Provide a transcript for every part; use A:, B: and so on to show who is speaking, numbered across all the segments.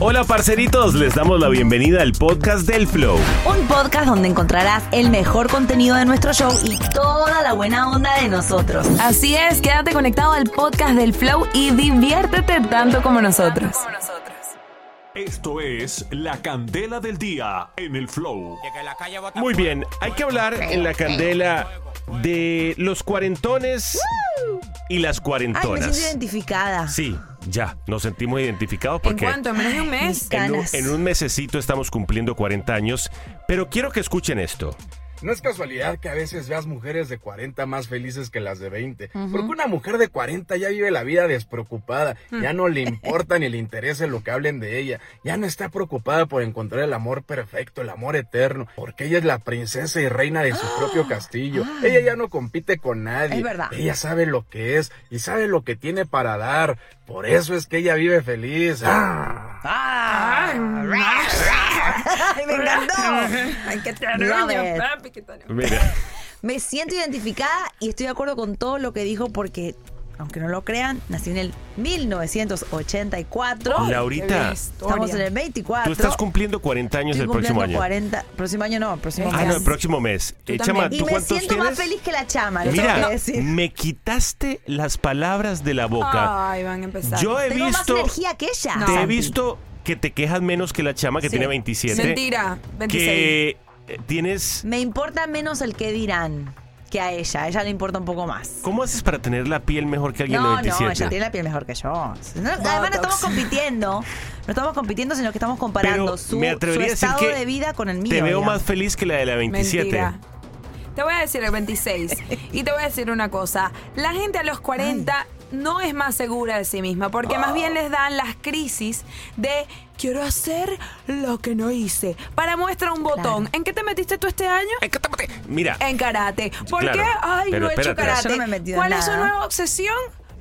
A: Hola parceritos, les damos la bienvenida al podcast del Flow.
B: Un podcast donde encontrarás el mejor contenido de nuestro show y toda la buena onda de nosotros.
C: Así es, quédate conectado al podcast del Flow y diviértete tanto como nosotros.
D: Esto es La Candela del Día en el Flow.
A: Muy bien, hay que hablar en la candela de los cuarentones
B: Ay,
A: y las
B: me siento
A: cuarentonas.
B: identificada.
A: Sí, ya, nos sentimos identificados
C: ¿En
A: porque
C: cuánto? ¿En menos de un mes?
A: en un,
B: Canas.
A: en un mesecito estamos cumpliendo 40 años, pero quiero que escuchen esto.
E: No es casualidad que a veces veas mujeres de 40 más felices que las de 20. Porque una mujer de 40 ya vive la vida despreocupada.
B: Mm.
E: Ya no le importa ni le interesa lo que hablen de ella. Ya no está preocupada por encontrar el amor perfecto, el amor eterno. Porque ella es la princesa y reina de su propio castillo. Ella ya no compite con nadie.
B: ¡Ah! Es verdad.
E: Ella sabe lo que es y sabe lo que tiene para dar. Por eso es que ella vive feliz. ¡Ah!
B: Ay, me encantó. Ay, qué love it.
A: Mira,
B: Me siento identificada y estoy de acuerdo con todo lo que dijo porque, aunque no lo crean, nací en el 1984.
A: Laurita,
B: Estamos en el 24.
A: tú estás cumpliendo 40 años
B: Estoy
A: el próximo
B: cumpliendo
A: año.
B: 40. Próximo año no, próximo
A: Ah,
B: mes.
A: no, el próximo mes. Eh, Chama,
B: y
A: ¿tú
B: me
A: cuántos
B: siento
A: tienes?
B: más feliz que la chama, lo tengo
A: Mira,
B: que decir.
A: me quitaste las palabras de la boca.
C: Ay, van a empezar.
A: Yo he
B: Tengo más
A: visto.
B: energía que ella.
C: Ah, No.
A: Te he
B: Santi.
A: visto que te quejas menos que la chama que
B: Sí.
A: tiene 27.
C: Mentira, 26.
A: Que eh, tienes.
B: Me importa menos el que dirán que a ella. A ella le importa un poco más.
A: ¿Cómo haces para tener la piel mejor que alguien de
B: No, no,
A: 27?
B: ella tiene la piel mejor que yo. No, además, no estamos compitiendo. No estamos compitiendo, sino que estamos comparando
A: Pero
B: su,
A: me atrevería
B: su
A: a decir
B: estado
A: que
B: de vida con el mío.
A: Te veo
B: digamos.
A: más feliz que la de la 27.
C: Mentira. Te voy a decir el 26. y te voy a decir una cosa. La gente a los 40 no es más segura de sí misma, porque más bien les dan las crisis de quiero hacer lo que no hice. Para muestra un botón.
B: Claro.
C: ¿En qué te metiste tú este año?
A: Ay, cátate. Mira,
C: En karate. ¿Por
A: Claro,
C: qué? Ay,
A: pero
C: no he hecho
A: espérate.
C: karate.
B: Yo no me he metido en
C: ¿Cuál es su
B: nada.
C: nueva obsesión?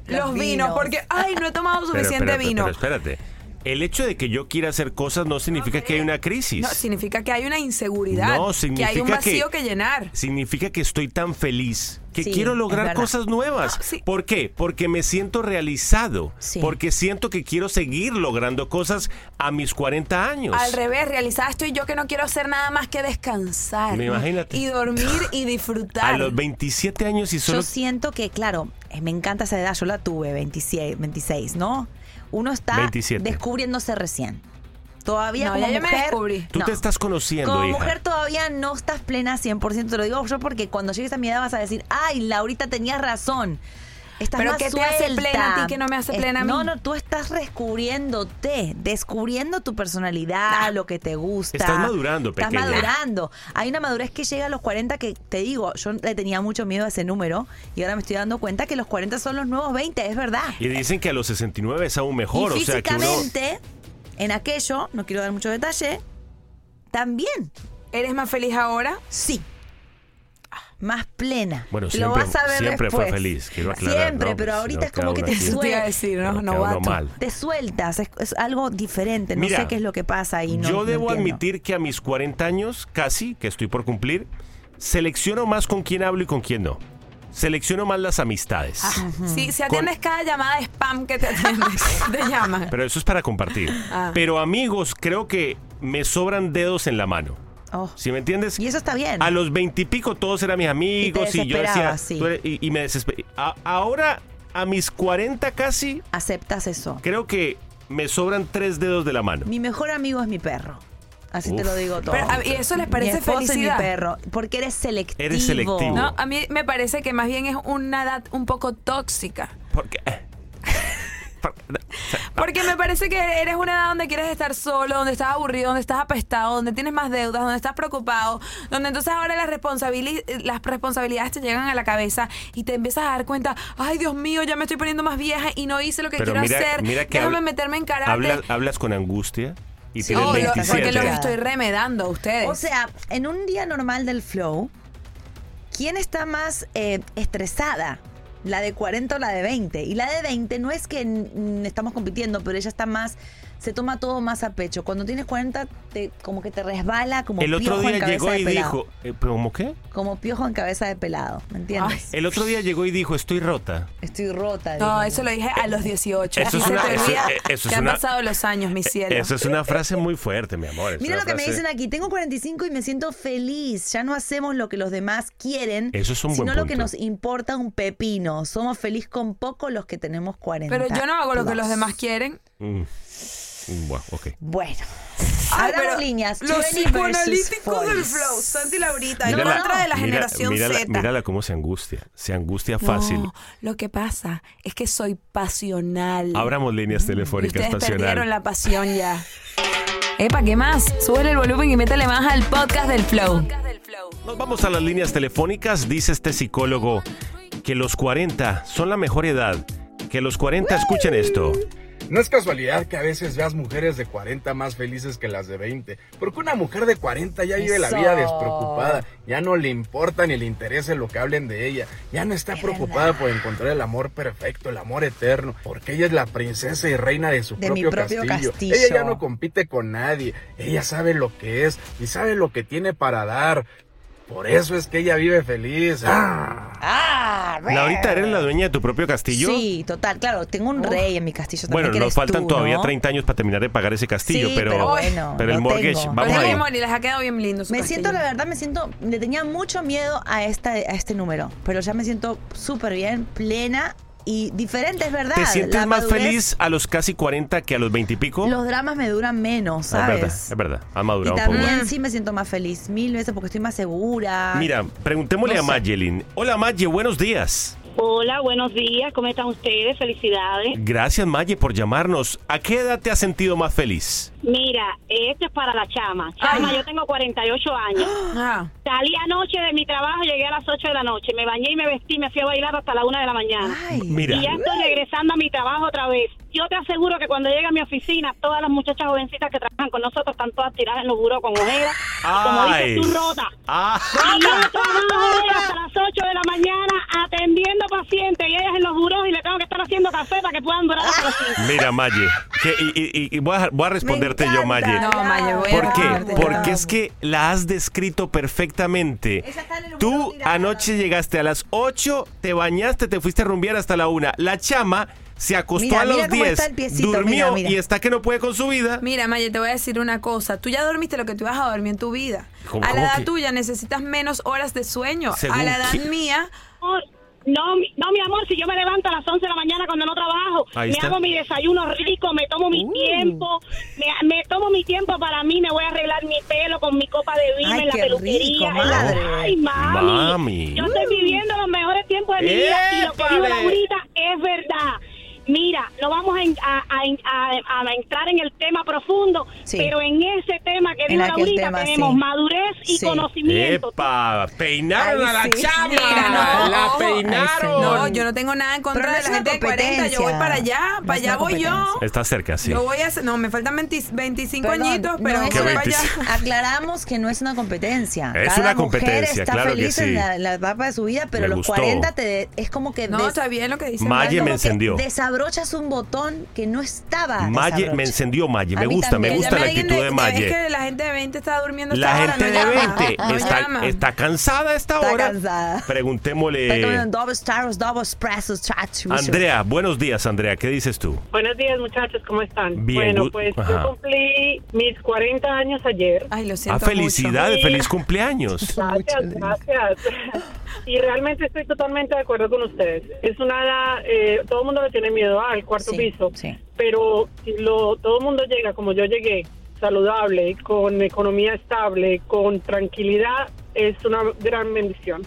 C: Los,
B: Los
C: vinos.
B: vinos.
C: Porque, ay, no he tomado
A: pero,
C: suficiente
A: espérate,
C: vino.
A: pero espérate. El hecho de que yo quiera hacer cosas no significa que hay una crisis.
C: No, significa que hay una inseguridad. que
A: No,
C: hay un
A: significa que-
C: vacío que, llenar.
A: significa que estoy tan feliz que
B: Sí,
A: quiero
B: es
A: lograr
B: verdad. Ah,
A: cosas nuevas.
C: No, sí.
A: ¿Por qué? Porque me siento realizado.
B: Sí.
A: Porque siento que quiero seguir logrando cosas a mis 40 años.
C: Al revés, realizada estoy yo que no quiero hacer nada más que descansar.
A: Me imagínate.
C: Y dormir y disfrutar.
A: A los 27 años y solo...
B: Yo siento que, claro, eh, me encanta esa edad. Yo la tuve, 26, 26 ¿no? Uno está
A: 27.
B: descubriéndose recién. Todavía
C: No,
B: como
C: ya yo me
B: mujer...
C: descubrí.
A: Tú
B: no.
A: te estás conociendo,
B: Como
A: hija.
B: mujer todavía no estás plena 100%, te lo digo yo porque cuando llegues a mi edad vas a decir, ay, Laurita, tenías razón. Estás
C: Pero
B: más
C: que te
B: suelta.
C: hace plena a ti, que no me hace
B: Es-
C: plena a mí.
B: No, no, tú estás descubriéndote, descubriendo tu personalidad, lo que te gusta.
A: Estás madurando, pequeña.
B: Estás madurando. Hay una madurez que llega a los 40 que, te digo, yo le tenía mucho miedo a ese número y ahora me estoy dando cuenta que los 40 son los nuevos 20, es verdad.
A: Y dicen que a los 69 es aún mejor,
B: y
A: o sea que uno...
B: físicamente, en aquello, no quiero dar mucho detalle, también.
C: ¿Eres más feliz ahora?
B: Sí. Más plena.
A: Bueno,
B: Lo
A: siempre,
B: vas a ver
A: siempre fue
B: después.
A: feliz, quiero aclarar.
B: Siempre,
A: ¿no?
B: pero
A: Pues,
B: ahorita
A: no,
B: es como
A: cada
B: que
A: uno
B: te
A: aquí.
C: Te iba a
B: sueltas.
C: decir, no,
A: No,
C: no
A: quedó
C: va.
A: mal.
B: Te sueltas, es, es algo diferente. No
A: Mira,
B: sé qué es lo que pasa ahí. No,
A: Yo
B: no
A: debo
B: entiendo.
A: admitir que a mis 40 años, casi, que estoy por cumplir, selecciono más con quién hablo y con quién no. Selecciono más las amistades.
C: Ah,
B: Ah.
C: Sí, si
A: Con-
C: atiendes cada llamada de spam que te atiendes, te llaman.
A: Pero eso es para compartir.
C: Ah.
A: Pero amigos, creo que me sobran dedos en la mano.
B: Oh.
A: ¿Sí me entiendes?
B: Y eso está bien.
A: A los veintipico todos eran mis amigos y, yo decía.
B: desesperabas, sí.
A: tú eres- y, y me desesperé. ahora, a mis 40 casi,
B: Aceptas eso.
A: creo que me sobran tres dedos de la mano.
B: Mi mejor amigo es mi perro. Así te
A: Uf.
B: lo digo todo.
A: Pero, a- ¿y
C: ah, eso les parece
B: mi esposo y
C: felicidad?
B: mi perro. Porque eres selectivo.
A: Eres selectivo.
C: No, a mí me parece que más bien es una edad un poco tóxica.
A: ¿Por qué?
C: Porque me parece que eres una edad donde quieres estar solo, donde estás aburrido, donde estás apestado, donde tienes más deudas, donde estás preocupado, donde entonces ahora las, responsabili- las responsabilidades te llegan a la cabeza y te empiezas a dar cuenta, ay Dios mío, ya me estoy poniendo más vieja y no hice lo que
A: Pero
C: quiero
A: mira-
C: hacer,
A: mira que
C: déjame
A: habla-
C: meterme en karate.
A: Hablas, hablas con angustia y
C: Sí,
A: tienes
C: obvio, porque
A: 27.
C: los estoy remedando a ustedes.
B: O sea, en un día normal del flow, ¿quién está más eh, estresada? La de 40 o la de 20. Y la de 20 no es que mm, estamos compitiendo, pero ella está más, se toma todo más a pecho. Cuando tienes 40, te- como que te resbala, como
A: El otro
B: piojo en
A: día
B: cabeza
A: llegó
B: de
A: y
B: pelado.
A: dijo, eh, ¿pero ¿cómo qué?
B: Como piojo en cabeza de pelado, ¿me entiendes?
A: El otro día llegó y dijo, estoy rota.
B: Estoy rota.
C: No, eso lo dije a los 18.
A: Eso
C: Y
A: es
C: se
A: una-
C: te
A: eso-
C: olvida
A: eh, eso
C: que
A: es
C: han
A: una-
C: pasado los años,
A: Eh,
C: mi cielo.
A: Esa es una frase muy fuerte, mi amor. es
B: Mira
A: una
B: lo que me
A: frase-
B: dicen aquí. Tengo 45 y me siento feliz. Ya no hacemos lo que los demás quieren,
A: Eso es un
B: sino
A: buen
B: lo que
A: punto.
B: nos importa un pepino. Somos feliz con poco los que tenemos 40.
C: Pero yo no hago lo que los demás quieren.
A: Mm. Mm, Bueno, ok.
B: Bueno.
C: Ay,
B: Abramos
C: pero
B: Eh, líneas.
C: Los
B: Johnny versus
C: psicoanalíticos
B: Foy.
C: del flow, Santi Laurita, en
A: Mírala-
C: contra de la
A: mira-
C: generación
A: mírala-
C: Z.
A: Mírala cómo se angustia. Se angustia fácil.
C: No, lo que pasa es que soy pasional.
A: Abramos líneas
B: Mm,
C: Y
A: telefónicas
C: Ustedes
A: pasional.
C: perdieron la pasión ya. Epa, ¿qué más? Sube el volumen y métele más al podcast del flow.
A: Nos vamos a las líneas telefónicas. Dice este psicólogo que los 40 son la mejor edad. Que los 40 escuchen esto.
E: No es casualidad que a veces veas mujeres de 40 más felices que las de 20, porque una mujer de 40 ya vive la
F: Eso.
E: vida despreocupada, ya no le importa ni le interesa lo que hablen de ella, ya no está preocupada por encontrar el amor perfecto, el amor eterno, porque ella es la princesa y reina de su
B: De mi
E: propio,
B: propio
E: castillo.
B: castillo.
E: Ella ya no compite con nadie, ella sabe lo que es y sabe lo que tiene para dar. Por eso es que ella vive feliz. ¡Ah!
A: Laurita, ¿eres la dueña de tu propio castillo?
B: Sí, total, claro, tengo un rey en mi castillo también.
A: Bueno,
B: que
A: nos
B: eres
A: faltan
B: tú,
A: todavía
B: ¿no?
A: 30 años para terminar de pagar ese castillo,
B: Sí,
A: pero,
B: pero bueno,
A: pero el
B: lo
A: mortgage,
B: tengo.
A: vamos
C: Pero
A: ahí.
C: Moni, les ha quedado bien lindo su
B: Me siento, la
C: castillo.
B: verdad, me siento, le tenía mucho miedo a, esta, a este número, pero ya me siento súper bien, plena y diferente, es verdad.
A: ¿Te sientes
B: La
A: más
B: madurez-
A: feliz a los casi 40 que a los 20 y pico?
B: Los dramas me duran menos,
A: Ah, es verdad,
B: ¿sabes?
A: es verdad. Ha
B: Y
A: madurado un poco.
B: también sí me siento más feliz mil veces porque estoy más segura.
A: Mira, preguntémosle
B: No
A: a
B: sé.
A: Mayelin. Hola Maye, buenos días.
G: Hola, buenos días, ¿cómo están ustedes? Felicidades.
A: Gracias Maye por llamarnos. ¿A qué edad te has sentido más feliz?
G: Mira, esto es para la chama. Chama, yo tengo 48 años. Salí anoche de mi trabajo, llegué a las 8 de la noche, me bañé y me vestí, me fui a bailar hasta la 1 de la mañana.
A: Mira.
G: Y ya estoy regresando a mi trabajo otra vez. Yo te aseguro que cuando llegue a mi oficina, todas las muchachas jovencitas que trabajan con nosotros están todas tiradas en los buros con ojeras. Como
A: Ay.
G: dices tú, rota.
A: Ah.
G: Y yo trabajo hasta las 8 de la mañana atendiendo pacientes y ellas en los buros y le tengo que estar haciendo café para que puedan durar hasta las cinco.
A: Mira Maye, que- y, y- y voy, a, voy a responderte yo Maye.
C: No, Maye, voy a
A: ¿Por qué?
C: responderte yo.
A: Porque es que la has descrito perfectamente. Tú anoche llegaste a las 8, te bañaste, te fuiste a rumbear hasta la 1. La chama se acostó
C: Mira,
A: a los
C: mira cómo está
A: 10,
C: el piecito,
A: durmió
C: mira, mira.
A: y está que no puede con su vida.
C: Mira, Maya, te voy a decir una cosa. Tú ya dormiste lo que tú vas a dormir en tu vida.
A: ¿Cómo-
C: a la
A: cómo
C: edad
A: que?
C: tuya necesitas menos horas de sueño.
A: Según
C: A la edad
A: qué-
C: mía.
G: No, mi- no, mi amor, si yo me levanto a las 11 de la mañana cuando no trabajo,
F: Ahí
G: me
F: está.
G: hago mi desayuno rico, me tomo
F: Uh.
G: mi tiempo, me, me tomo mi tiempo para mí, me voy a arreglar mi pelo con mi copa de vino
F: Ay,
G: en la
F: qué
G: peluquería.
F: rico,
G: en la-
F: madre.
G: Ay, mami,
F: Mami.
G: Yo estoy viviendo los mejores tiempos de mi vida y lo que digo
F: ¡Épale!
G: Laurita es verdad. Mira, no vamos a, en- a- a- a- a entrar en el tema profundo, pero en ese tema que
F: En
G: dijo
F: aquel
G: Laurita
F: tema, sí.
G: tenemos madurez y
F: Sí.
G: conocimiento.
A: ¡Epa! ¡Peinaron
C: Ay,
A: a la
C: sí.
A: chama!
C: Mira, no.
A: Ah, ¡La peinaron!
C: No, yo no tengo nada en contra
B: Pero no
C: de
B: es
C: la gente de
B: una
C: 40. Yo voy
B: competencia.
C: para allá,
B: No
C: para
B: es
C: allá
B: una
C: voy yo.
A: Está cerca, sí.
C: Yo voy a hacer- No, me faltan 20 25
B: Perdón,
C: añitos, pero
B: no
C: voy
A: ¿Qué
C: para
A: 20?
C: allá.
B: Aclaramos que no es una competencia.
A: Es
B: Cada
A: una
B: mujer
A: competencia,
B: está
A: claro que
B: feliz
A: sí.
B: en la, la etapa de su vida, pero
A: Me
B: los
A: gustó.
B: 40 te de- es como que.
C: No, está bien lo que dice.
A: Maye
B: es como
A: me
B: que
A: encendió.
B: Desabrochas un botón que no
C: ah,
B: estaba.
A: Maye,
B: desabrochado.
A: me encendió Maye.
B: A
A: Me
B: mí
A: gusta, me
B: también.
A: gusta la
B: Llame a
A: actitud de
C: Es
A: Maye.
C: que la gente de 20 está durmiendo hasta
A: La
C: ahora,
A: gente
C: no
A: de
C: llama.
A: 20
C: No llama.
A: está, está cansada a esta
B: Está
A: hora.
B: cansada. Está
A: Preguntémosle.
B: comiendo double stars, double espressos, chachus.
A: Andrea, buenos días, Andrea. ¿Qué dices tú?
H: Buenos días, muchachos, ¿cómo están?
A: Bien,
H: bueno,
A: gu-
H: pues
A: ajá.
H: yo cumplí mis 40 años ayer.
C: Ay, lo
A: Ah, felicidades, feliz
H: cumpleaños.
A: cumpleaños.
H: Gracias, gracias. Y realmente estoy totalmente de acuerdo con ustedes. Es una edad, eh, todo el mundo le tiene miedo al cuarto piso, pero si lo, todo el mundo llega como yo llegué, saludable, con economía estable, con tranquilidad, es una gran bendición.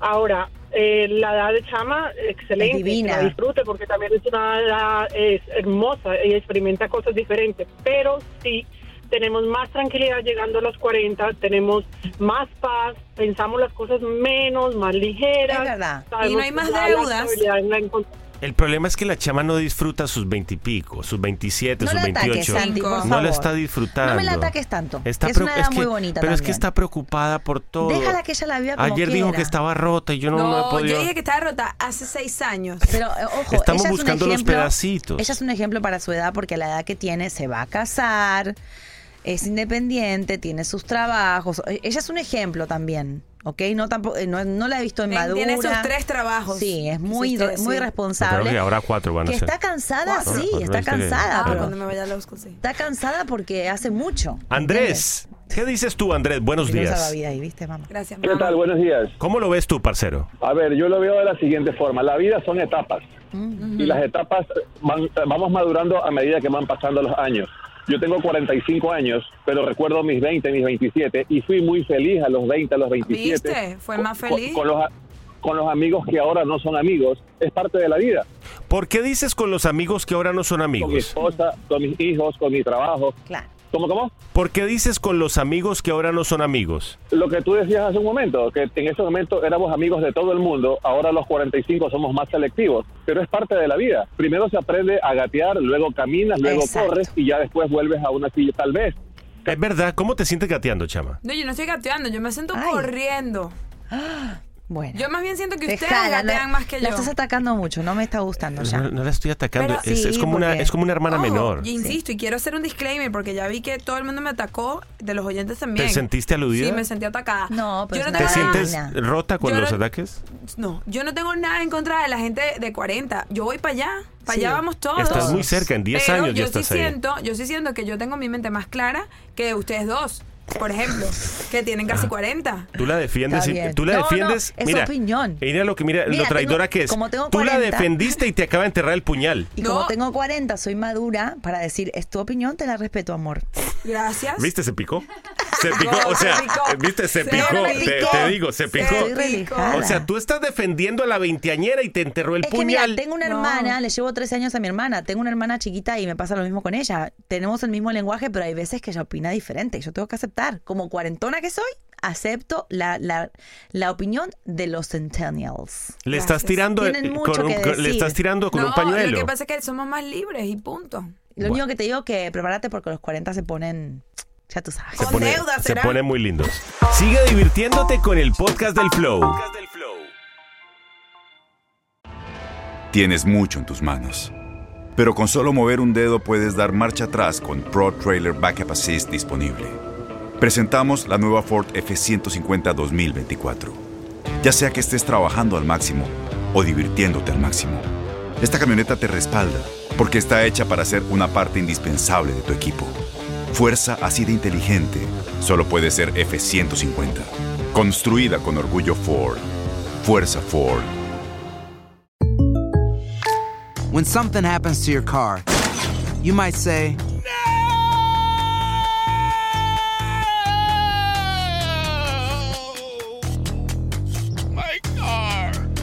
H: Ahora, eh, la edad de Chama, excelente,
B: Es divina.
H: que la disfrute porque también es una edad es hermosa y experimenta cosas diferentes, pero sí tenemos más tranquilidad llegando a los 40, tenemos más paz, pensamos las cosas menos, más ligeras.
B: Es verdad.
H: sabemos
B: Y no hay más
H: que ya la
B: deudas.
H: estabilidad la encont-
A: El problema es que la chama no disfruta sus veintipico, sus veintisiete,
B: No
A: sus
B: la ataques,
A: veintiocho.
B: Santi, por
A: No
B: favor.
A: la está disfrutando.
B: No me la ataques tanto.
A: Está
B: es
A: preo-
B: una edad
A: que-
B: muy bonita.
A: Pero es que
B: también.
A: está preocupada por todo.
B: Déjala que ella la viva como
A: Ayer dijo
B: quiera.
A: que estaba rota y yo no, no he
C: No,
A: podido.
C: yo dije que estaba rota hace 6 años.
B: Pero, eh, ojo,
A: Estamos
B: ella es un
A: buscando los
B: ejemplo-
A: pedacitos.
B: Ella es un ejemplo para su edad porque a la edad que tiene se va a casar, es independiente, tiene sus trabajos. Eh, Ella es un ejemplo también, ¿ok? No, tampoco, eh, no, no la he visto en
C: Ten-
B: madura.
C: tiene sus tres trabajos.
B: Sí, es muy,
C: Sus tres,
B: muy
C: sí.
A: Creo
B: responsable.
A: que ahora cuatro van a
B: Que
A: ser.
B: está cansada,
A: Cuatro.
B: sí,
A: Cuatro,
B: está
A: viste que-
B: cansada.
A: Ah,
B: pero
A: cuando
C: me vaya a los consejos.
B: Está cansada porque hace mucho.
A: Andrés, ¿qué dices tú, Andrés? Buenos
B: Tenemos a
A: días.
B: la vida ahí, ¿viste, mamá?
C: Gracias,
I: ¿Qué tal? Buenos días.
A: ¿Cómo lo ves tú, parcero?
I: A ver, yo lo veo de la siguiente forma. La vida son etapas. Y las etapas van- vamos madurando a medida que van pasando los años. Yo tengo 45 años, pero recuerdo mis 20, mis 27 y fui muy feliz a los 20, a los 27.
C: ¿Viste? Fue más
I: Con-
C: feliz.
I: Con, los, a- con los amigos que ahora no son amigos. Es parte de la vida.
A: ¿Por qué dices con los amigos que ahora no son
I: Con mi
A: amigos?
I: esposa, con mis hijos, con mi trabajo.
B: Claro.
I: ¿Cómo, cómo?
A: ¿Por qué dices con los amigos que ahora no son amigos?
I: Lo que tú decías hace un momento, que en ese momento éramos amigos de todo el mundo, ahora a los 45 somos más selectivos, pero es parte de la vida. Primero se aprende a gatear, luego caminas, luego
C: Exacto.
I: corres y ya después vuelves a una silla tal vez.
A: Es verdad, ¿cómo te sientes gateando, chama?
C: No, yo no estoy gateando, yo me siento corriendo.
B: Bueno.
C: Yo más bien siento que
B: Te
C: ustedes
B: jala,
C: gatean
B: no-
C: más que
B: La
C: yo.
B: estás atacando mucho, no me está gustando ya.
A: No, no la estoy atacando,
B: Pero-
A: es,
B: Sí,
A: es como una,
B: porque-
A: es como una hermana
C: Ojo,
A: menor.
C: Yo insisto, Oh, y quiero hacer un disclaimer porque ya vi que todo el mundo me atacó, de los oyentes también.
A: sentiste aludida?
C: Sí, me sentí atacada. No,
A: ¿Te
C: yo no tengo
A: sientes
C: nada-
A: rota con
C: Yo
A: los
C: no-
A: ataques?
C: No, yo no tengo nada en contra de la gente de 40. Yo voy para allá, para
A: Sí.
C: allá vamos todos.
A: Estás muy cerca, en 10
C: Pero
A: años ya
C: yo
A: estás
C: sí
A: ahí.
C: siento, yo sí siento que yo tengo mi mente más clara que ustedes dos, por ejemplo, que tienen
A: Ah.
C: casi 40.
A: Tú la defiendes,
C: Está
A: y-
C: bien.
A: tú la
C: No, no,
A: defiendes.
C: es
A: mira,
C: opinión.
A: Mira lo que mira,
B: Mira,
A: lo traidora
B: tengo-
A: que es.
B: como tengo
A: tú la
B: 40.
A: defendiste y te acaba de enterrar el puñal.
B: Y como tengo 40, soy madura para decir, es tu opinión, te la respeto, amor.
C: Gracias.
A: ¿Viste? Se picó. Se picó, o sea,
C: se picó.
A: viste, se
C: Se
A: picó, te,
C: picó.
A: te digo, se
C: Se
A: picó.
C: picó.
A: O sea, tú estás defendiendo a la veinteañera y te enterró el
B: Es que mira,
A: puñal.
B: tengo una hermana, le llevo 13 años a mi hermana, tengo una hermana chiquita y me pasa lo mismo con ella. Tenemos el mismo lenguaje, pero hay veces que ella opina diferente. y Yo tengo que aceptar, como cuarentona que soy, acepto la, la, la opinión de los centennials.
A: Le estás tirando
B: Tienen
A: eh,
B: mucho
A: con un-
B: que
A: con- le
B: decir.
A: estás tirando con
C: no,
A: un pañuelo.
C: Lo que pasa es que somos más libres y punto.
B: Lo único que te digo que prepárate porque los 40 se ponen, ya tú sabes.
A: se pone, se pone muy lindo. Sigue divirtiéndote con el podcast del Flow.
J: Tienes mucho en tus manos. Pero con solo mover un dedo puedes dar marcha atrás con Pro Trailer Backup Assist disponible. Presentamos la nueva Ford F150 2024. Ya sea que estés trabajando al máximo o divirtiéndote al máximo, esta camioneta te respalda porque está hecha para ser una parte indispensable de tu equipo. Fuerza así de inteligente solo puede ser F150. Construida con orgullo Ford. Fuerza Ford.
K: When something happens to your car, you might say,
F: My car.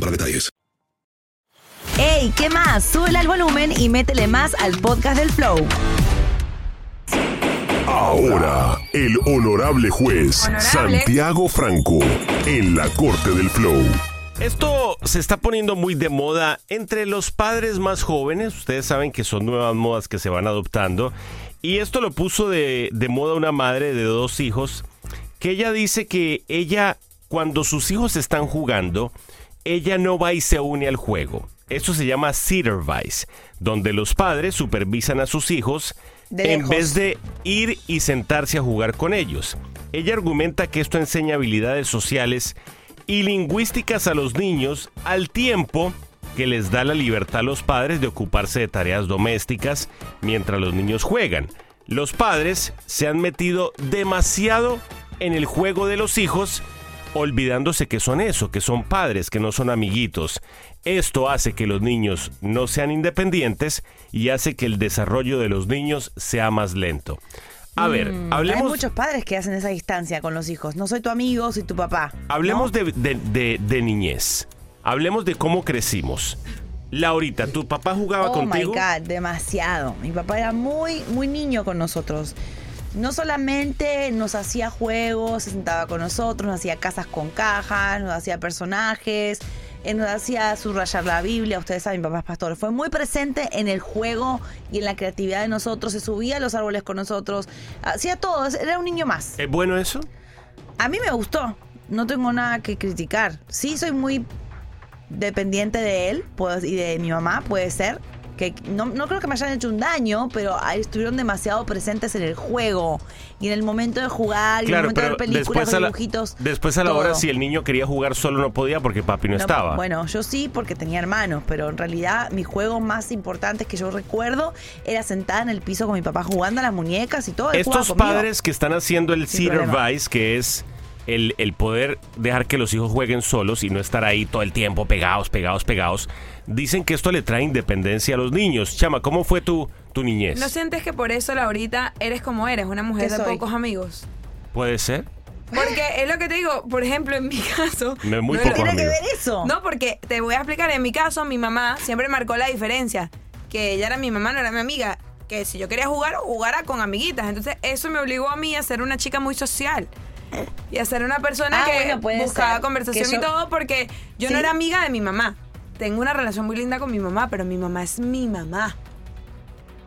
L: para detalles.
B: ¡Ey! ¿Qué más? Súbele al volumen y métele más al podcast del Flow.
M: Ahora, el honorable juez
A: Honorable.
M: Santiago Franco en la Corte del Flow.
A: Esto se está poniendo muy de moda entre los padres más jóvenes. Ustedes saben que son nuevas modas que se van adoptando. Y esto lo puso de, de moda una madre de dos hijos que ella dice que ella, cuando sus hijos están jugando, ella no va y se une al juego. Esto se llama Supervise, donde los padres supervisan a sus hijos
N: De
A: en
N: lejos.
A: vez de ir y sentarse a jugar con ellos. Ella argumenta que esto enseña habilidades sociales y lingüísticas a los niños al tiempo que les da la libertad a los padres de ocuparse de tareas domésticas mientras los niños juegan. Los padres se han metido demasiado en el juego de los hijos olvidándose que son eso, que son padres, que no son amiguitos. Esto hace que los niños no sean independientes y hace que el desarrollo de los niños sea más lento. A ver,
B: Mm, Hay
A: hablemos,
B: muchos padres que hacen esa distancia con los hijos. No soy tu amigo, soy tu papá.
A: hablemos de, de- de- de niñez. Hablemos de cómo crecimos. Laurita, ¿tu papá jugaba
B: Oh
A: contigo?
B: my God, demasiado. Mi papá era muy, muy niño con nosotros. No solamente nos hacía juegos, se sentaba con nosotros, nos hacía casas con cajas, nos hacía personajes, eh, nos hacía subrayar la Biblia. Ustedes saben, mi papá es pastor. Fue muy presente en el juego y en la creatividad de nosotros. Se subía a los árboles con nosotros. Hacía todo. Era un niño más.
A: ¿Es bueno eso?
B: A mí me gustó. No tengo nada que criticar. Sí, soy muy dependiente de él pues, y de mi mamá, puede ser. Que no, no creo que me hayan hecho un daño, pero ahí estuvieron demasiado presentes en el juego y en el momento de jugar y en el
A: Claro,
B: momento de
A: pero
B: ver películas
A: después
B: con
A: a la,
B: dibujitos.
A: después a la
B: todo.
A: hora, si el niño quería jugar solo, no podía porque papi no,
B: No,
A: estaba.
B: Bueno, yo sí porque tenía hermanos, pero en realidad mis juegos más importantes que yo recuerdo era sentada en el piso con mi papá jugando a las muñecas y todo. él jugaba
A: Estos
B: conmigo.
A: padres que están haciendo el
B: Sin
A: Cedar
B: problema.
A: Vice, que es el, el poder dejar que los hijos jueguen solos y no estar ahí todo el tiempo pegados, pegados, pegados, dicen que esto le trae independencia a los niños. Chama, ¿cómo fue tu, tu niñez?
C: ¿No sientes que por eso, Laurita, eres como eres, una mujer
B: ¿Qué
C: de
B: soy?
C: pocos amigos?
A: ¿Puede ser?
C: Porque es lo que te digo, por ejemplo, en mi caso...
A: Me- muy
C: no
A: pocos
C: era-
A: amigos.
C: No, porque te voy a explicar, en mi caso, mi mamá siempre marcó la diferencia, que ella era mi mamá, no era mi amiga, que si yo quería jugar, jugara con amiguitas. Entonces, eso me obligó a mí a ser una chica muy social. Y a ser una persona
B: Ah,
C: que
B: bueno, puede
C: buscaba
B: ser.
C: conversación
B: Que yo-
C: y todo, porque yo
B: Sí.
C: no era amiga de mi mamá. Tengo una relación muy linda con mi mamá, pero mi mamá es mi mamá.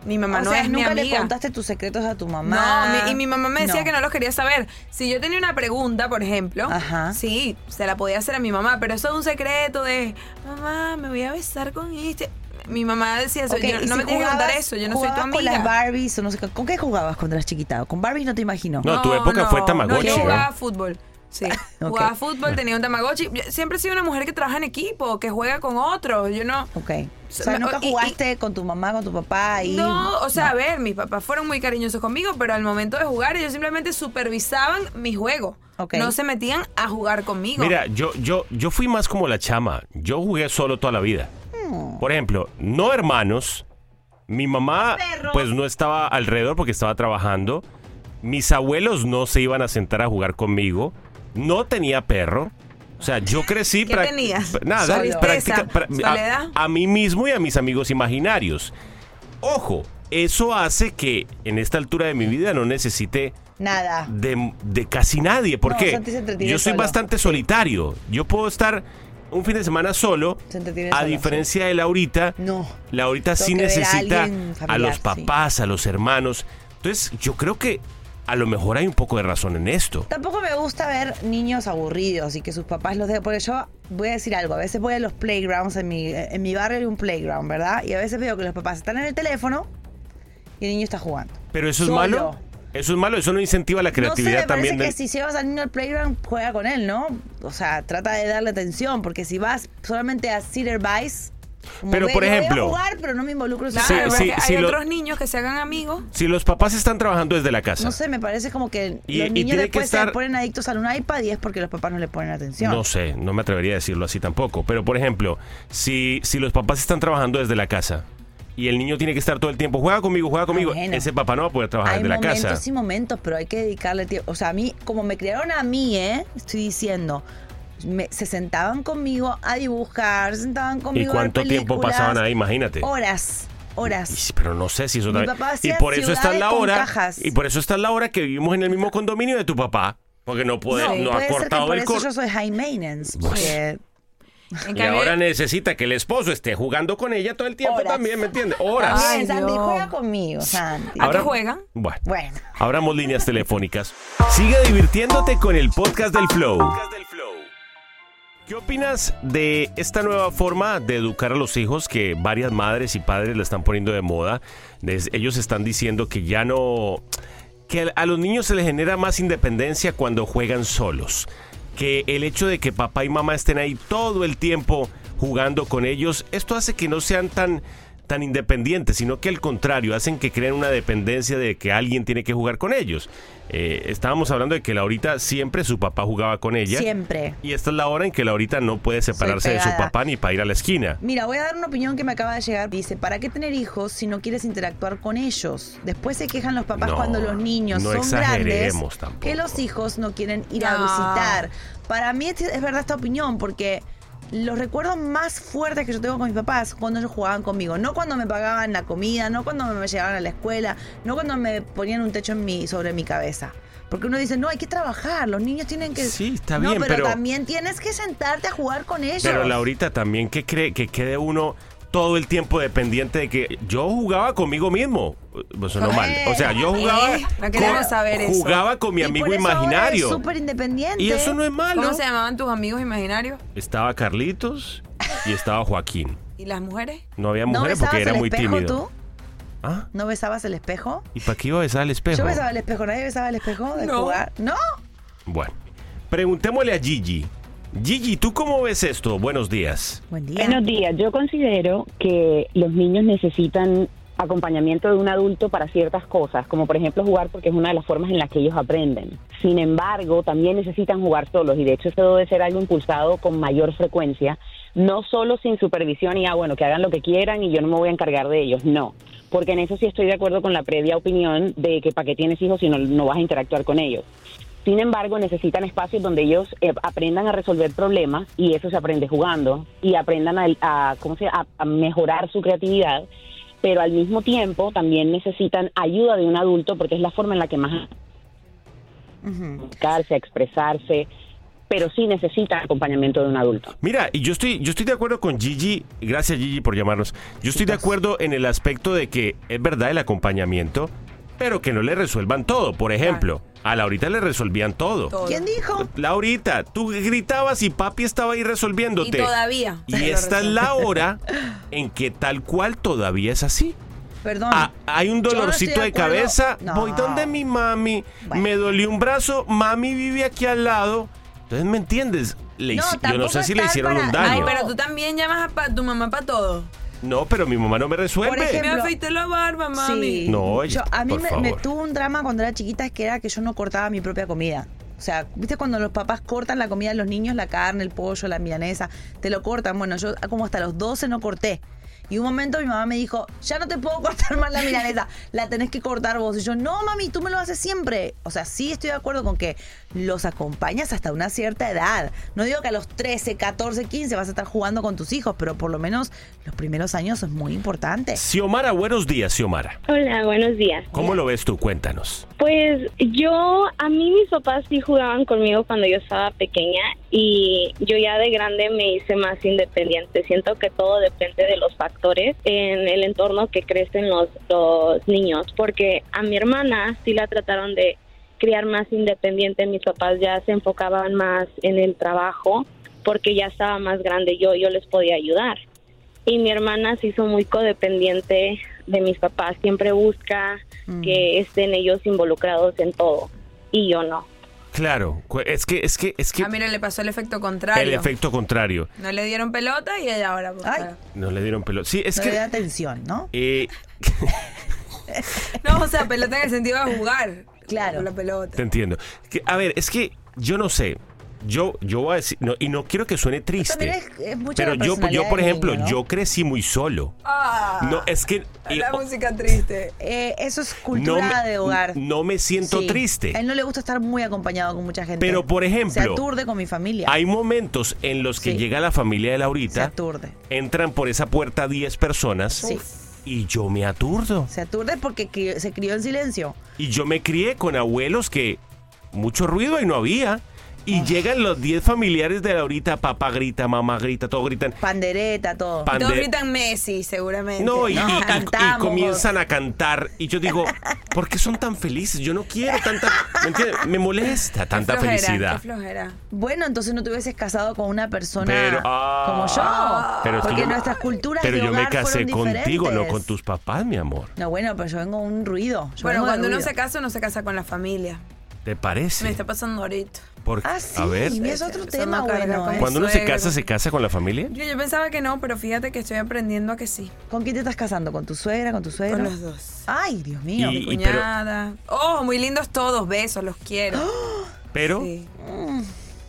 C: Mi mamá
B: O
C: no
B: sea,
C: es mi
B: nunca le
C: amiga.
B: contaste tus secretos a tu mamá.
C: No, mi- y mi mamá me decía
B: No.
C: que no los quería saber. Si yo tenía una pregunta, por ejemplo, sí, se la podía hacer a mi mamá, pero eso es un secreto de, mamá, me voy a besar con este. Mi mamá decía eso,
B: Ok,
C: yo-
B: y
C: no
B: si
C: me tienes que contar
B: jugabas-
C: eso, yo no soy tu
B: jugabas con las
C: amiga.
B: Barbies o no sé qué. ¿Con qué jugabas cuando eras chiquita? Con Barbies no te imagino.
A: No, tu época fue
C: No,
A: Tamagotchi, ¿eh?
C: yo
A: ¿no?
C: jugaba fútbol. Sí,
B: Ah,
C: jugaba fútbol, tenía un Tamagotchi. Yo Siempre he sido una mujer que trabaja en equipo, que juega con otros. Yo no.
B: Ok. O sea, nunca
C: y- y-
B: jugaste con tu mamá, con tu papá y...
C: No, o sea, a ver, mis papás fueron muy cariñosos conmigo, pero al momento de jugar ellos simplemente supervisaban mi juego. No se metían a jugar conmigo.
A: Mira, yo, yo, yo fui más como la chama. Yo jugué solo toda la vida.
B: Mm.
A: Por ejemplo, no hermanos. Mi mamá pues no estaba alrededor porque estaba trabajando. Mis abuelos no se iban a sentar a jugar conmigo. No tenía perro. O sea, yo crecí...
C: ¿Qué
A: prac-
C: tenías?
A: Nada,
C: Solo.
A: práctica- pra-
C: Tristeza,
A: a-
C: soledad.
A: a mí mismo y a mis amigos imaginarios. Ojo, eso hace que en esta altura de mi vida no necesite
B: Nada.
A: de, de casi nadie. ¿Por
B: No,
A: qué?
B: Santi se entretiene
A: Yo soy
B: solo.
A: bastante solitario. Yo puedo estar un fin de semana solo,
B: Se entretiene
A: a
B: sola,
A: diferencia de Laurita,
B: No.
A: Laurita sí
B: Tengo que ver a
A: necesita a,
B: alguien familiar,
A: los
B: sí.
A: papás, a los hermanos. Entonces, yo creo que a lo mejor hay un poco de razón en esto.
B: Tampoco me gusta ver niños aburridos y que sus papás los dejen, porque yo voy a decir algo, a veces voy a los playgrounds, en mi, en mi barrio hay un playground, ¿verdad? Y a veces veo que los papás están en el teléfono y el niño está jugando.
A: Pero eso
B: Solo.
A: es malo. Eso es malo, eso no incentiva la
B: no sé,
A: creatividad
B: me
A: también. eh.
B: parece
A: del-
B: que si llevas al niño al playground, juega con él, ¿no? O sea, trata de darle atención, porque si vas solamente a Cedar Vice... como
A: Pero,
B: ve,
A: por
B: yo voy a
A: ejemplo-
B: jugar, pero no me involucro. en su
A: Sí,
B: juego.
A: sí,
C: Hay
A: sí, lo-
C: otros niños que se hagan amigos.
A: Si los papás están trabajando desde la casa.
B: No sé, me parece como que
A: Y- y
B: los niños
A: tiene que
B: después
A: estar-
B: se ponen adictos a un iPad y es porque los papás no le ponen atención.
A: No sé, no me atrevería a decirlo así tampoco. Pero, por ejemplo, si, si los papás están trabajando desde la casa y el niño tiene que estar todo el tiempo, juega conmigo, juega conmigo,
B: bueno.
A: ese papá no va a poder trabajar
B: Hay
A: desde la
B: momentos
A: casa.
B: y momentos, pero hay que dedicarle tiempo. O sea, a mí, como me criaron a mí, ¿eh? Estoy diciendo, me- se sentaban conmigo a dibujar, se sentaban
A: ¿Y
B: conmigo a ver
A: cuánto tiempo
B: películas.
A: pasaban ahí? Imagínate.
B: Horas, horas.
A: Pero no sé Este. si eso
B: Mi
A: también.
B: papá
A: y
B: hacía
A: por eso está
B: ciudades
A: la
B: con
A: hora.
B: cajas.
A: Y por eso está la hora que vivimos en el mismo condominio de tu papá. Porque no, puede, no, ha
B: puede ser que
A: cortado
B: por
A: el
B: eso
A: corte.
B: yo soy high maintenance.
A: Pues.
B: porque-
A: Y ahora necesita que el esposo esté jugando con ella todo el tiempo también, ¿me entiendes? Horas.
B: También, Sandy, juega conmigo, Sandy.
A: Ahora- Bueno, abramos líneas telefónicas. Sigue divirtiéndote con el podcast del Flow. ¿Qué opinas de esta nueva forma de educar a los hijos que varias madres y padres le están poniendo de moda? Des- ellos están diciendo que ya no... que a- a los niños se les genera más independencia cuando juegan solos. Que el hecho de que papá y mamá estén ahí todo el tiempo jugando con ellos, esto hace que no sean tan tan independientes, sino que al contrario, hacen que creen una dependencia de que alguien tiene que jugar con ellos. Eh, estábamos hablando de que Laurita siempre su papá jugaba con ella.
B: Siempre.
A: Y esta es la hora en que Laurita no puede separarse de su
B: pegada.
A: papá ni para ir a la esquina.
B: Mira, voy a dar una opinión que me acaba de llegar. Dice, ¿para qué tener hijos si no quieres interactuar con ellos? Después se quejan los papás
A: No,
B: cuando los niños
A: no
B: son grandes
A: exageremos tampoco.
B: que los hijos no quieren ir a
C: No.
B: visitar. Para mí es, es verdad esta opinión porque los recuerdos más fuertes que yo tengo con mis papás cuando ellos jugaban conmigo, no cuando me pagaban la comida, no cuando me llevaban a la escuela, no cuando me ponían un techo en mi, sobre mi cabeza. Porque uno dice, no, hay que trabajar, los niños tienen que...
A: Sí, está
B: No,
A: bien,
B: pero,
A: pero-
B: también tienes que sentarte a jugar con ellos.
A: Pero Laurita también que cree que quede uno todo el tiempo dependiente de que yo jugaba conmigo mismo. Pues sonó mal. O sea, yo jugaba,
C: Eh, no queremos saber eso.
A: jugaba con mi amigo imaginario.
B: independiente.
A: Y eso no es malo.
C: ¿Cómo se llamaban tus amigos imaginarios?
A: Estaba Carlitos y estaba Joaquín.
C: ¿Y las mujeres?
A: No había
B: ¿No
A: mujeres
B: besabas
A: porque era
B: el
A: muy
B: espejo
A: tímido.
B: tú?
A: ¿Ah?
B: ¿No besabas el espejo?
A: ¿Y para qué iba a besar el espejo?
B: Yo besaba el espejo, nadie besaba el espejo de
C: No.
B: jugar. ¿No?
A: Bueno, preguntémosle a Gigi. Gigi, ¿tú cómo ves esto? Buenos días.
N: Buenos días. Yo considero que los niños necesitan acompañamiento de un adulto para ciertas cosas, como por ejemplo jugar, porque es una de las formas en las que ellos aprenden. Sin embargo, también necesitan jugar solos y de hecho esto debe ser algo impulsado con mayor frecuencia, no solo sin supervisión y, ah, bueno, que hagan lo que quieran y yo no me voy a encargar de ellos, no. Porque en eso sí estoy de acuerdo con la previa opinión de que para qué tienes hijos si no, no vas a interactuar con ellos. Sin embargo, necesitan espacios donde ellos eh, aprendan a resolver problemas y eso se aprende jugando y aprendan a, a- ¿cómo se llama? a- a mejorar su creatividad, pero al mismo tiempo también necesitan ayuda de un adulto porque es la forma en la que más comunicarse, a expresarse, pero sí necesitan acompañamiento de un adulto.
A: Mira, y yo estoy, yo estoy de acuerdo con Gigi. Gracias, Gigi, por llamarnos. Yo estoy de acuerdo en el aspecto de que es verdad el acompañamiento, pero que no le resuelvan todo. Por ejemplo, a Laurita le resolvían todo.
B: ¿Quién dijo?
A: Laurita, tú gritabas y papi estaba ahí resolviéndote.
C: Y todavía.
A: Y esta es la hora en que tal cual todavía es así.
B: Perdón.
A: Ah, hay un
B: Yo no
A: dolorcito
B: estoy
A: de,
B: de acuerdo.
A: cabeza.
B: No.
A: Voy donde mi mami. Me dolió un brazo. Mami vive aquí al lado. Entonces, ¿me entiendes? Le
C: No,
A: hici- yo no
C: tampoco
A: sé si
C: estar
A: le hicieron
C: para-
A: un daño.
C: Ay, pero tú también llamas a pa- tu mamá para todo.
A: No, pero mi mamá no me resuelve.
C: me afeité la barba, mami.
A: Sí. No, oye,
B: Yo- a mí
A: por
B: me,
A: favor.
B: me tuvo un drama cuando era chiquita que era que yo no cortaba mi propia comida. O sea, ¿viste cuando los papás cortan la comida de los niños, la carne, el pollo, la milanesa? Te lo cortan. Bueno, yo como hasta los 12 no corté. Y un momento mi mamá me dijo, ya no te puedo cortar más la milanesa, la tenés que cortar vos. Y yo, no, mami, tú me lo haces siempre. O sea, sí estoy de acuerdo con que los acompañas hasta una cierta edad. No digo que a los 13, 14, 15 vas a estar jugando con tus hijos, pero por lo menos los primeros años es muy importante.
A: Xiomara, buenos días, Xiomara.
O: Hola, buenos días.
A: ¿Cómo lo ves tú? Cuéntanos.
O: Pues yo, a mí mis papás sí jugaban conmigo cuando yo estaba pequeña y yo ya de grande me hice más independiente. Siento que todo depende de los factores en el entorno que crecen los, los niños, porque a mi hermana sí la trataron de criar más independiente, mis papás ya se enfocaban más en el trabajo porque ya estaba más grande yo, yo les podía ayudar. Y mi hermana se hizo muy codependiente de mis papás, siempre busca
P: Mm.
O: que estén ellos involucrados en todo y yo no.
A: Claro, cu- es que, es que, es que
C: A Ah, mira, le pasó el efecto contrario.
A: el efecto contrario.
C: No le dieron pelota y ella ahora. pues, claro.
A: No le dieron pelo. Sí, es
C: No
A: que. Eh,
C: le da
B: atención, ¿no?
C: No, o sea, pelota en el sentido de jugar. Claro. Con la pelota.
A: Te entiendo. Que- a ver, es que yo no sé. Yo, yo voy a decir, no, y no quiero que suene triste.
B: También es, es mucho
A: pero
B: la
A: yo,
B: personalidad
A: yo, por
B: del
A: ejemplo,
B: niño, ¿no?
A: yo crecí muy solo.
C: Ah,
A: No, es que. y-
B: la
A: o-
B: música triste. Eh, eso es cultura
A: No me-
B: de hogar.
A: no me siento
B: Sí.
A: triste.
B: A él no le gusta estar muy acompañado con mucha gente.
A: Pero, por
B: Se
A: ejemplo,
B: aturde con mi familia.
A: hay momentos en los que llega la familia de Laurita. Entran por esa puerta 10 personas.
B: Sí.
A: Y yo me aturdo.
B: Se aturde porque cri- se crió en silencio.
A: Y yo me crié con abuelos que mucho ruido ahí no había. Y
B: Ah.
A: llegan los 10 familiares de Laurita, papá grita, mamá grita, todos gritan.
B: Pandereta, todo.
A: Pande-
C: Todos gritan Messi, seguramente.
A: No, y, y- y- y
C: cantamos.
A: comienzan a cantar. Y yo digo, ¿por qué son tan felices? Yo no quiero tanta. ¿Me, entiendes? Me molesta tanta
B: flojera,
A: felicidad.
B: Bueno, entonces no te hubieses casado con una persona
A: Pero, ah,
B: como yo.
A: pero es que
B: porque
A: yo me-
B: nuestras culturas
A: Pero
B: de
A: yo me
B: hogar
A: casé
B: fueron
A: contigo, no
B: diferentes.
A: con tus papás, mi amor.
B: No, bueno, pero yo vengo de un ruido. Yo
C: Bueno,
B: vengo de
C: cuando uno
B: ruido.
C: se casa, uno se casa con la familia.
A: ¿Te
C: Me
A: parece?
C: está pasando ahorita.
A: Por- a ver,
B: Ah, y es otro tema bueno, ¿eh?
A: cuando uno se casa, ¿se casa con la familia?
C: Yo, yo pensaba que no, pero fíjate que estoy aprendiendo a que sí.
B: ¿Con quién te estás casando? ¿Con tu suegra? ¿Con tu suegra?
C: Con los dos.
B: Ay, Dios mío.
A: mío. Y-
C: Mi
A: y pero-
C: cuñada. Oh, muy lindos todos. Besos, los quiero.
A: Pero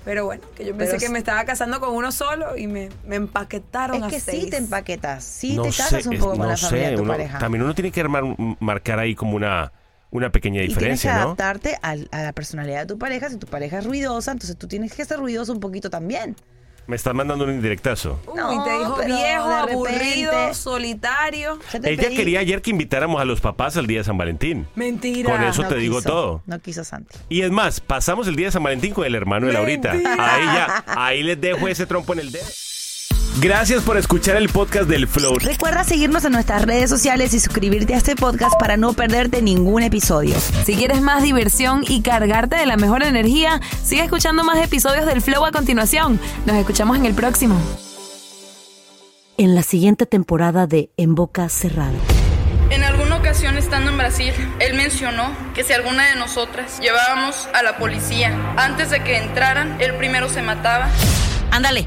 C: Pero bueno, que yo pensé
B: Pero
C: que
B: s-
C: me estaba casando con uno solo y me, me empaquetaron
B: Es
C: a
B: que sí
C: seis.
B: te empaquetas, sí
A: no
B: te casas
A: sé,
B: un
A: es-
B: poco con
A: no
B: la
A: sé,
B: familia de tu
A: uno-
B: pareja.
A: También uno tiene que armar, marcar ahí como una, una pequeña
B: y tienes que
A: diferencia, ¿no?
B: adaptarte al- a, la personalidad de tu pareja. Si tu pareja es ruidosa, entonces tú tienes que ser ruidoso un poquito también.
A: Me estás mandando un indirectazo.
B: Uh,
C: Uy, te dijo
B: pero
C: viejo,
B: de repente-
C: aburrido, solitario.
A: Ella quería ayer que invitáramos a los papás al día de San Valentín.
C: Mentira.
A: Con eso te digo
B: quiso,
A: todo.
B: No quiso Santi.
A: Y es más, pasamos el día de San Valentín con el hermano de Laurita. Ahí ya, ahí les dejo ese trompo en el dedo. Gracias por escuchar el podcast del Flow.
B: Recuerda seguirnos en nuestras redes sociales y suscribirte a este podcast para no perderte ningún episodio.
C: Si quieres más diversión y cargarte de la mejor energía, sigue escuchando más episodios del Flow a continuación. Nos escuchamos en el próximo.
Q: En la siguiente temporada de En Boca Cerrada.
R: En alguna ocasión estando en Brasil, él mencionó que si alguna de nosotras llevábamos a la policía antes de que entraran, él primero se mataba.
Q: Ándale,